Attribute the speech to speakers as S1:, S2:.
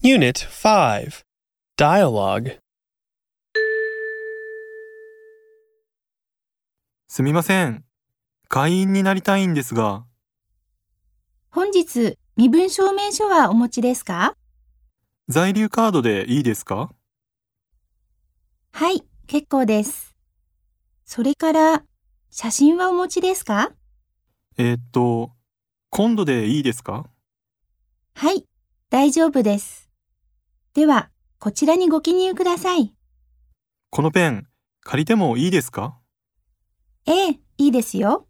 S1: Unit 5 Dialogue
S2: すみません。会員になりたいんですが、
S3: 本日、身分証明書はお持ちですか
S2: 在留カードでいいですか
S3: はい、結構です。それから、写真はお持ちですか
S2: えーっと、今度でいいですか
S3: はい、大丈夫です。では、こちらにご記入ください。
S2: このペン、借りてもいいですか
S3: ええ、いいですよ。